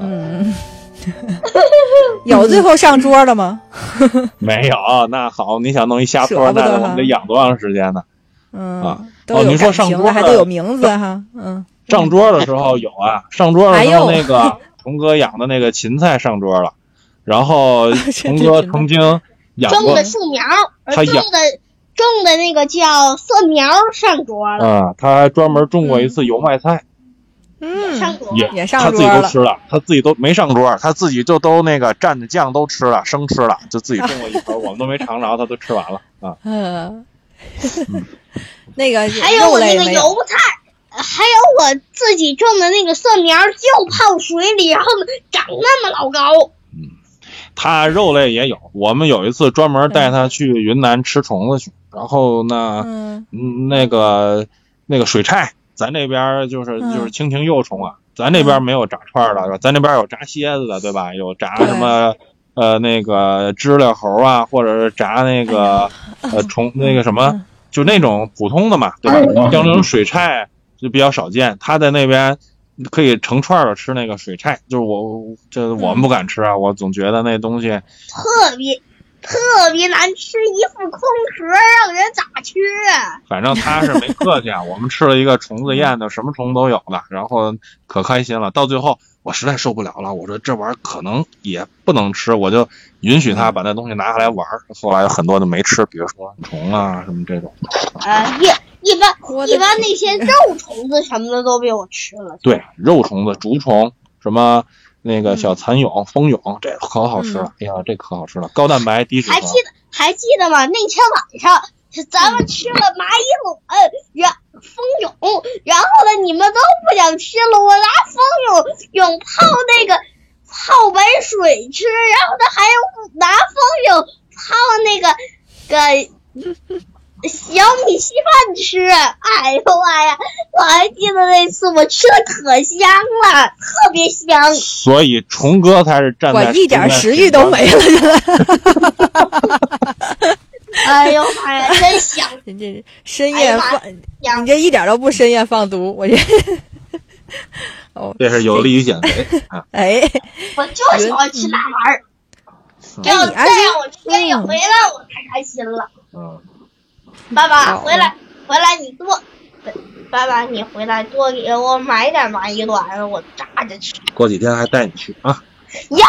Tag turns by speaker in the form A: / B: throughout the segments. A: 嗯， 有最后上桌的吗？
B: 没有，啊那好，你想弄一下
A: 舍不
B: 坡，
A: 得
B: 那
A: 哈
B: 我们得养多长时间呢？啊
A: 嗯，
B: 哦
A: 都有
B: 您说
A: 感
B: 上
A: 情
B: 桌
A: 了，还
B: 的
A: 都有名字哈，嗯，
B: 上桌的时候有啊，上桌的时候
A: 哎呦
B: 那 个童哥养的那个芹菜上桌了，然 后
A: 这
B: 童哥
A: 芹菜
B: 曾经养
C: 种
B: 过
C: 的树苗，而
B: 他
C: 种
B: 养
C: 的种的那个叫蒜苗上桌了，
B: 啊，他还专门种过一次油麦菜，
C: 上
A: 嗯，
C: 桌
B: 也
C: 了。
A: 也嗯上
B: 他自己
A: 桌
B: 都
A: 了
B: 吃了，他自己都没上桌，他自己就都那个蘸着酱都吃了，生吃了，就自己种了一盆，我们都没尝着，他都吃完了啊。
A: 嗯，那个
C: 还有
A: 肉
C: 我那
A: 类
C: 个
A: 没
C: 油菜，呃还有我自己种的那个蒜苗，就泡水里，然后长那么老高。
B: 它肉类也有，我们有一次专门带它去云南吃虫子去，然后呢，
A: 嗯，
B: 嗯，那个那个水菜，咱这边儿就是
A: 嗯
B: 就是蜻蜓幼虫啊，咱这边儿没有炸串儿的，是吧咱这边儿有炸蝎子的，对吧？有炸
A: 对
B: 什么呃那个知了猴啊，或者是炸那个
A: 哎
B: 呃虫那个什
A: 嗯
B: 么，就那种普通的嘛，对吧？像那种水菜就比较少见，它在那边。可以成串的吃那个水菜，就是我这我们不敢吃啊，我总觉得那东西
C: 特别特别难吃，一副空壳儿，让人咋吃啊？
B: 反正他是没客气啊，我们吃了一个虫子宴的，什么虫都有的，然后可开心了。到最后我实在受不了了，我说这玩意儿可能也不能吃，我就允许他把那东西拿下来玩儿。后来有很多就没吃，比如说虫啊什么这种。
C: 呃，一一般
A: 我的
C: 一般那些肉虫子什么的都被我吃了。
B: 对，肉虫子、竹虫，什么那个小蚕蛹、蜂蛹，这可好吃
A: 嗯
B: 了。哎呀，这可好吃了，高蛋白、低脂
C: 还
B: 肪
C: 记。得还记得吗？那天晚上是咱
A: 嗯
C: 们吃了蚂蚁卵，然蜂蛹，然后呢你们都不想吃了，我拿蜂蛹蛹泡那个泡白水吃，然后呢还有拿蜂蛹泡那个个。小米稀饭吃，哎呦妈呀！我还记得那次我吃的可香了，特 别香。
B: 所以虫哥才是站
A: 我
B: 在
A: 一点食欲都没了，
C: 哎呦妈呀，真香
A: 这这深
C: 哎
A: 夜
C: 呀
A: 放，
C: 香
A: 你！这一点都不深夜放毒，我这，哦，
B: 这是有利于减 肥啊。
A: 哎，
C: 我就喜欢吃那玩 意儿。要
A: 嗯
C: 再让我今天回来，我太开心了。
B: 嗯，
C: 爸爸
A: 好
C: 回来，回来你多，爸爸你回来多给我买点蚂蚁卵，我炸着吃。
B: 过几天还带你去啊。
C: 呀，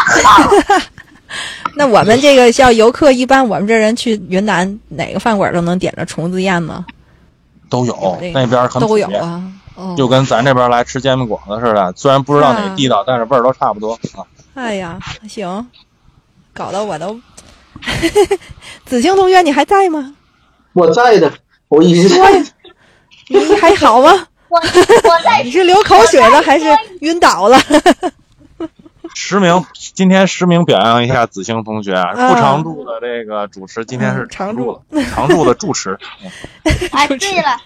A: 那我们这个像游客，一般我们这人去云南哪个饭馆都能点着虫子宴吗？
B: 都有
A: 有这，个
B: 那边儿很
A: 都有
B: 普遍，
A: 啊，哦，
B: 就跟咱这边儿来吃煎饼果子似的，虽然不知道哪
A: 啊
B: 个地道，但是味儿都差不多啊。
A: 哎呀，行，搞得我都。 子清同学，你还在吗？
D: 我在的，我一直 在。
A: 你还好吗？
C: 我我在
A: 你是流口水了还是晕倒了？
B: 实名， 今天实名表扬一下子星同学，啊，
A: 啊
B: 不常驻的这个主持，今天是
A: 嗯常
B: 驻的，常驻的主 持。
C: 哎，对了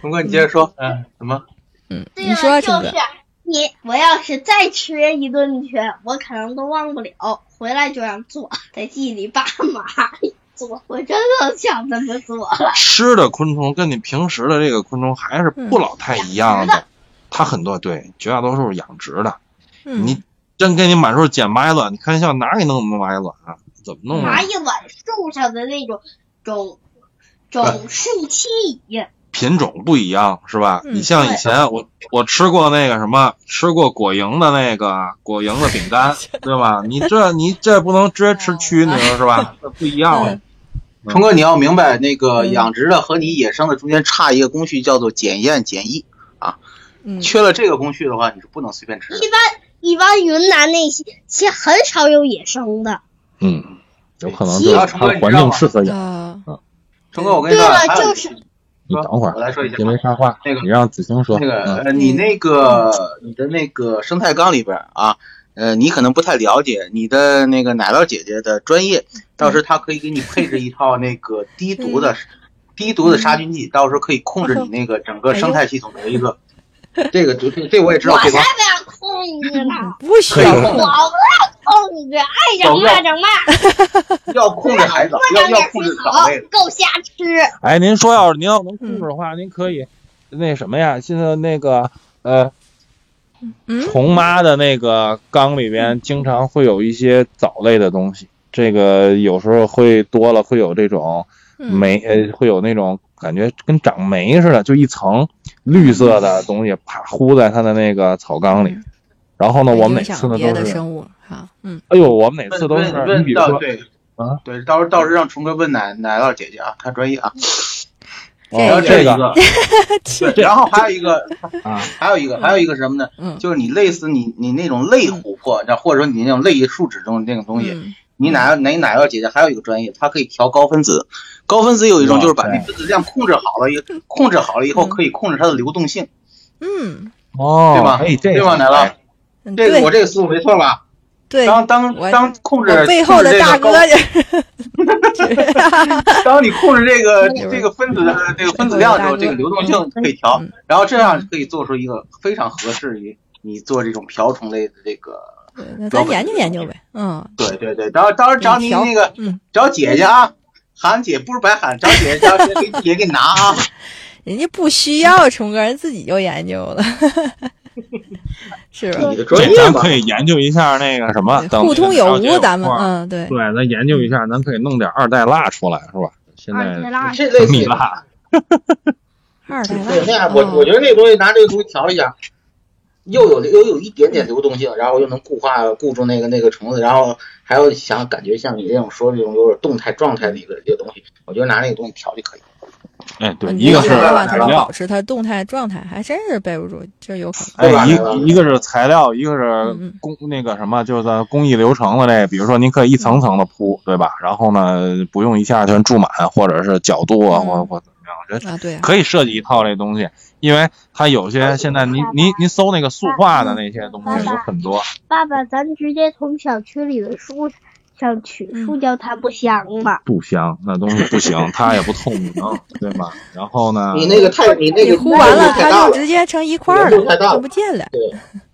D: 鹏哥，你接着说，嗯，什么？
A: 嗯，
C: 对
A: 你
C: 了，
A: 说
C: 就
A: 这
C: 是
A: 个，
C: 你，我要是再吃一顿去，我可能都忘不了。回来就让做，在地里扒蚂蚁做，我真的想这么做
A: 嗯
C: 了。
B: 吃的昆虫跟你平时的这个昆虫还是
A: 嗯
B: 不老太一样
C: 嗯
B: 的，它很多对，绝大多数是养殖的。
A: 嗯
B: 你真给你满树捡蚂蚁卵，你看像哪里弄那么蚂蚁卵啊？怎么弄啊
C: 蚂？蚁卵树上的那种种种树栖蚁，
B: 品种不一样，是吧？
A: 嗯
B: 你像
C: 对
B: 以前我我吃过那个什么，吃过果蝇的那个果蝇的饼干，对吧？你这你这不能直接吃蛆，你说是吧？这不一样了
A: 嗯。
D: 鹏哥，你要明白，那个
A: 嗯
D: 养殖的和你野生的中间差一个工序，叫做检验检疫。
A: 嗯，
D: 缺了这个工序的话，你是不能随便吃的。
C: 一般云南那些其实很少有野生的。
B: 嗯，有可能
D: 是它环境适
B: 合。
A: 啊，
D: 鹏哥，我跟
C: 对
D: 你说啊，
C: 了，
D: 还有
C: 就是
B: 你等会
D: 我
B: 儿，
D: 来说一下
B: 别没插话，
D: 那个
B: 你让子清说。
D: 那个
B: 嗯
D: 呃，你那个你的那个生态缸里边儿啊，呃，你可能不太了解你的那个奶酪姐姐的专业，
C: 嗯
D: 到时候她可以给你配置一套那个低毒的、低毒的杀菌
C: 嗯
D: 剂，到时候可以控制你那个
C: 哎
D: 整个生态系统的一个。这个这这我也知道
C: 我，才不
D: 这个
C: 要控制 呢！
A: 不需要
D: 可以
C: 我
A: 控
C: 不
A: 制。
C: 要控制，爱整嘛整嘛，
D: 要控制孩子，
C: 多
D: 要
C: 长
D: 要
C: 点
D: 控
C: 水
D: 制
C: 草
D: 长辈的。，
C: 够瞎吃。
B: 哎，您说要是您要能控制
A: 嗯
B: 的话，您可以那什么呀？现在那个呃，
A: 嗯
B: 虫妈的那个缸里边经常会有一些藻类的东西，这个有时候会多了会有这种
A: 嗯
B: 霉，呃，会有那种感觉跟长霉似的，就一层绿色的东西啪糊在它的那个草缸里
A: 嗯。
B: 然后呢，
A: 会
B: 我们每
A: 影
B: 次
A: 响
B: 呢
A: 别
B: 都
A: 的
B: 是，
A: 生物哈，嗯，
B: 哎呦，我们每次
D: 问
B: 都是，
D: 问
B: 你比
D: 问
B: 如说，
D: 到对
B: 啊
D: 对，到时候到时候让虫哥问奶奶酪姐姐啊，她专业啊。然后
B: 哦
A: 这
D: 这
B: 这
D: 一
B: 个
D: 个，对，然后还有一个
B: 啊，
D: 还有一个，还有一个是什么呢？
A: 嗯
D: 就是你类似你你那种类琥珀，然后或者说你那种类树脂中的那种东西，
A: 嗯
D: 你奶奶奶酪姐姐还有一个专业，它可以调高分子。高分子有一种就是把
B: 哇塞
D: 那分子量控制好了，以控制好了以后
A: 嗯
D: 可以控制它的流动性，
A: 嗯
B: 哦，
D: 对吧？
B: 哎，这
D: 对吧，奶酪？
A: 嗯，
D: 这个
A: 对
D: 我这个思路没错吧？
A: 对，
D: 当当
A: 我
D: 当控制
A: 我背后的大哥
D: 控制
A: 就
D: 这个高当你控制这 个
A: 有人
D: 这个分子的这个分子量的时候，
A: 背
D: 这
A: 后的大哥
D: 个流动性可以调
A: 嗯，
D: 然后这样可以做出一个非常合适于你做这种瓢虫类的这个。
A: 对那咱
D: 高
A: 研究研究呗，嗯，
D: 对对对，到到时候找你
A: 调
D: 那个
A: 嗯，
D: 找姐姐啊，喊姐不是白喊，找姐姐，找姐姐给姐给你拿啊。
A: 人家不需要虫哥，人自己就研究了， 是吧？
D: 你的
B: 这咱可以研究一下那个什么，
A: 对
B: 等
A: 互通有
B: 这个
A: 无，咱们
B: 花儿
A: 嗯，对，
B: 对，咱研究一下，咱可以弄点二代蜡出来，是吧？现
C: 二
B: 在
C: 推拉，
D: 这类似
B: 米
D: 于
B: 蜡，
A: 二代
D: 对那
A: 蜡
D: 样，，我
A: 得
D: 我觉得这个东西拿这个东西调一下，又有又有一点点流动性，然后又能固化固住那个那个虫子，然后还有想感觉像你这种说这种有点动态状态的一个一个东西，我觉得拿那个东西调就可以。
B: 哎，对，
A: 你
B: 一个是
A: 想办法
B: 材
A: 才能
B: 料
A: 保，持它动态状态，还真是背不住，这有可能。
B: 哎
D: 对吧，对吧
B: 一一个是材料，一个是
A: 嗯嗯
B: 工那个什么，就是工艺流程的这个，比如说您可以一层层的
A: 嗯
B: 铺，对吧？然后呢，不用一下全注满，或者是角度啊，
A: 嗯
B: 或或怎么样，我 觉得
A: 啊，对啊，
B: 可以设计一套这东西，因为它有
A: 嗯
B: 些现在您您您搜那个塑化的那些东西有很多，
C: 爸爸，咱直接从小区里的树上取树胶，它不香吗？
B: 不香，那东西不行，它也不透明，对吧？然后呢，
D: 你那个太你那
A: 你
D: 个
A: 糊完了，
D: 太大
A: 它就
D: 了，
A: 直接成一块儿
D: 浓度太
A: 了，
D: 大了
A: 看不见了。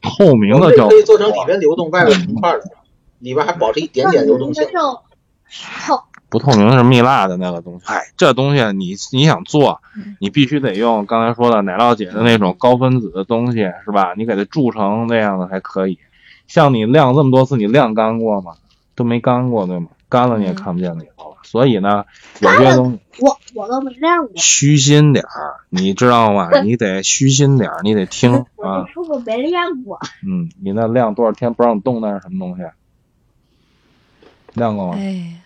B: 透明
D: 我们
B: 的
D: 这
B: 叫
D: 可以做成里边流动，外边成块的，里边还保持一点点流动性。
C: 肉好，
B: 不透明是蜜蜡的那个东西。哎，这东西你你想做
A: 嗯，
B: 你必须得用刚才说的奶酪姐的那种高分子的东西，是吧？你给它铸成那样的才可以。像你晾这么多次，你晾干过吗？都没干过，对吗？干了你也
A: 嗯
B: 看不见里头了。所以呢，有些东西
C: 我我都没亮过，
B: 虚心点儿，你知道 吗？你得虚心点儿，你得听
C: 我
B: 啊
C: 这。树我没亮过。
B: 嗯，你那晾多少天不让你动，那是什么东西？啊晾过吗？
A: 哎，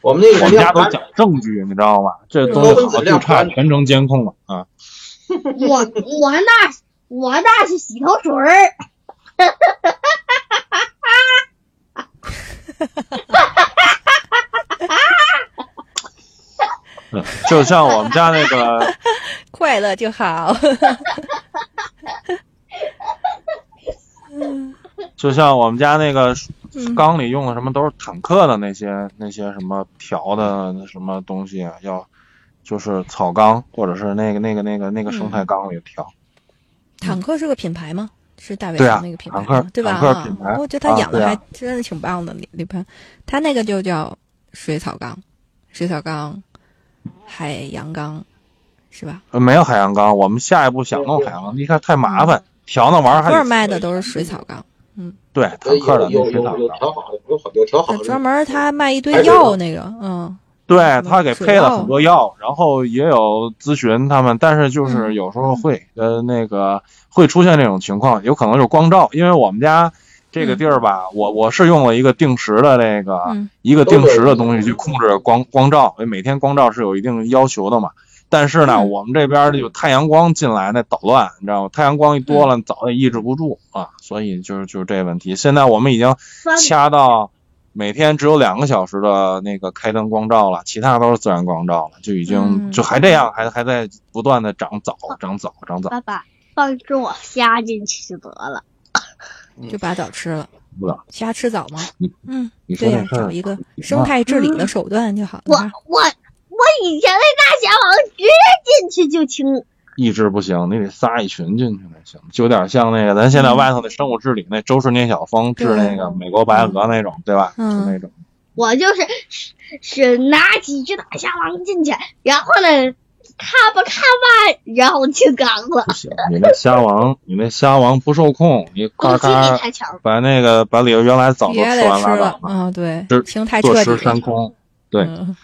D: 我们那
B: 我
D: 个
B: 们家
D: 量
B: 都
D: 盘
B: 讲证据，你知道吗？这东西好就差全程监控了 啊！
C: 我我那我那是洗头水儿，
B: 就像我们家那 个，
A: 快乐就好。
B: 就像我们家那个
A: 嗯
B: 缸里用的什么都是坦克的那些那些什么瓢的那什么东西，啊要就是草缸或者是那个那个那个那
A: 嗯
B: 个生态缸里调。
A: 坦克是个品牌吗？是大卫
B: 对啊
A: 堂那个品牌吗，
B: 坦克
A: 对吧？
B: 坦克品牌
A: 啊我觉得他养的
B: 啊对
A: 还
B: 啊
A: 真的挺棒的，李李鹏，他那个就叫水草缸，水草缸，海洋缸，是吧？
B: 呃没有海洋缸，我们下一步想弄海洋缸，一看太麻烦，调那玩意儿
A: 不
B: 还
A: 是
B: 得
A: 卖的嗯都是水草缸，
B: 对坦克的
D: 呃有
B: 那
D: 有
B: 水草
D: 有有
B: 缸，
D: 调好的，有好有调好的。
A: 啊专门他卖一堆
D: 还是
A: 药那个，嗯，哦
B: 对他给配了很多药，然后也有咨询他们，但是
A: 嗯
B: 就是有时候会、呃那个会出现这种情况，有可能就是光照，因为我们家这个地儿吧，我我是用了一个定时的那个、
A: 嗯
B: 一个定时的东西去控制光光照，因为每天光照是有一定要求的嘛。但是呢，
A: 嗯
B: 我们这边就太阳光进来那捣乱，你知道吗？太阳光一
A: 嗯
B: 多了，早就抑制不住啊，所以就是就是这问题。现在我们已经
C: 翻
B: 掐到每天只有两个小时的那个开灯光照了，其他都是自然光照了，就已经
A: 嗯哦
B: 就还这样，还还在不断的长枣、长枣、长
A: 啊
B: 枣。
C: 爸爸，放只我虾进去得了。
B: 嗯
A: 就把枣吃了
B: 不了。
A: 虾吃枣吗？嗯，
B: 你说
A: 对呀
B: 这，事
A: 找
B: 儿
A: 一个生态治理的手段就好
C: 嗯我
A: 了。啊
C: 我我以前那大虾王直接进去就清，
B: 一只不行，你得撒一群进去才行，就有点像那个咱现在外头那生物治理那周氏聂小峰治那个美国白鹅那种，对吧？
A: 嗯
B: 就那种。
C: 我就是是是拿几只大虾王进去，然后呢，咔吧咔吧，然后清缸了。
B: 不行，你那虾王，你那虾王不受控，你
C: 攻
B: 咔
C: 击力
B: 咔
C: 太强了，
B: 把那个把里头原来枣都
A: 别
B: 吃
A: 的
B: 完
A: 吃
B: 拉
A: 了
B: 倒，
A: 啊、对
B: 这，
A: 清太
B: 坐
A: 彻底
B: 吃山
A: 了。
B: 空。对
A: 嗯，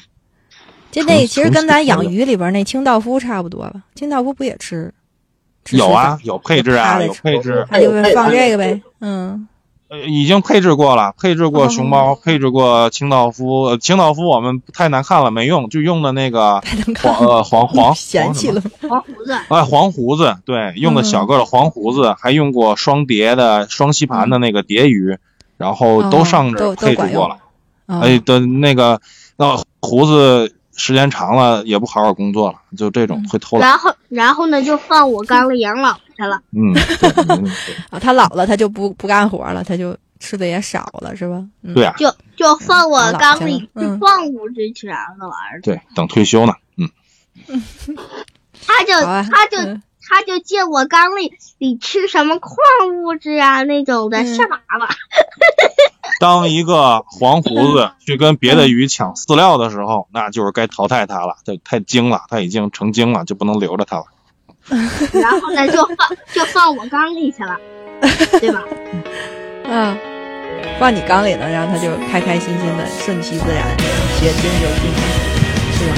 A: 就那
B: 重
A: 其实跟咱养
B: 重
A: 鱼里边那清道夫差不多了，清道夫不也吃？吃
B: 有
A: 水
B: 啊
A: 藻，，
B: 有配置
A: 就趴
B: 啊，
A: 着
B: 有
A: 吃
B: 配置，
C: 哎
A: 他就会放这个呗。嗯，
B: 呃已经配置过了，配置过熊猫，配置过清道夫。呃清道夫我们太难看了，没用，就用的 那个
A: 太能看
B: 黄呃黄黄
A: 嫌弃了。
C: 黄胡子。
B: 啊，黄胡子，对，用的小个的黄胡子，还用过双碟的双吸盘的那个碟鱼，然后都
A: 嗯哦
B: 上
A: 都
B: 着
A: 都
B: 配置
A: 管
B: 过
A: 用
B: 了。
A: 啊
B: 哎，的那个那胡子时间长了也不好好工作了，就这种
A: 嗯
B: 会偷懒。
C: 然后，然后呢，就放我缸里养老去了。
B: 嗯，对对对
A: 啊，他老了，他就不不干活了，他就吃的也少了，是吧？嗯
B: 对，啊，
C: 就就放我缸里
A: 嗯
C: 就放五只全子玩的，
B: 对，等退休呢，嗯，
C: 他就
A: 好啊，
C: 他就
A: 嗯
C: 他就进我缸里里吃什么矿物质啊那种的
A: 嗯
C: 沙粑粑，
B: 当一个黄胡子去跟别的鱼抢饲料的时候，那就是该淘汰它了，它太精了，它已经成精了，就不能留着它了。
C: 然后呢就放就放我缸里去了，对吧？
A: 啊，放你缸里呢，然后他就开开心心的，顺其自然，学精就精，是吧？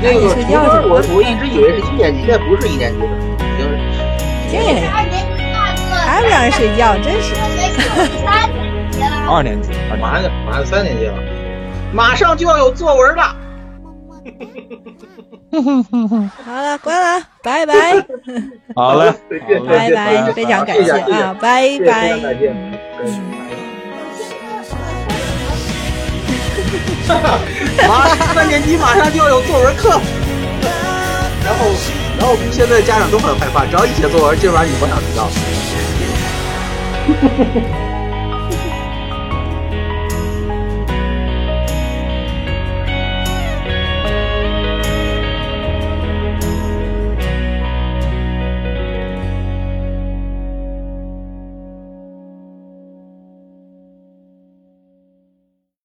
D: 那
A: 你
D: 个
A: 睡
D: 虫
A: 觉去
D: 儿，
A: 吧
D: 我我一直以为是一年级，现在不是一年级的，就是
A: 这人
C: 二年级大
A: 哎还
C: 个，
A: 不让人睡觉，真是。
C: 三年级了，
B: 二年级，二年级
D: 马上马上三年级了，马上就要有作文了。
A: 好了，关了，拜拜，
B: 好嘞， 好
A: 拜
B: 嘞
A: 拜，非常感谢
D: 嗯谢谢
A: 啊，拜
D: 谢谢
A: 拜。嗯
D: 非常感谢。 马上三年级马上就要有作文课，然后然后现在家长都很害怕，只要一写作文，基本上你不想知道。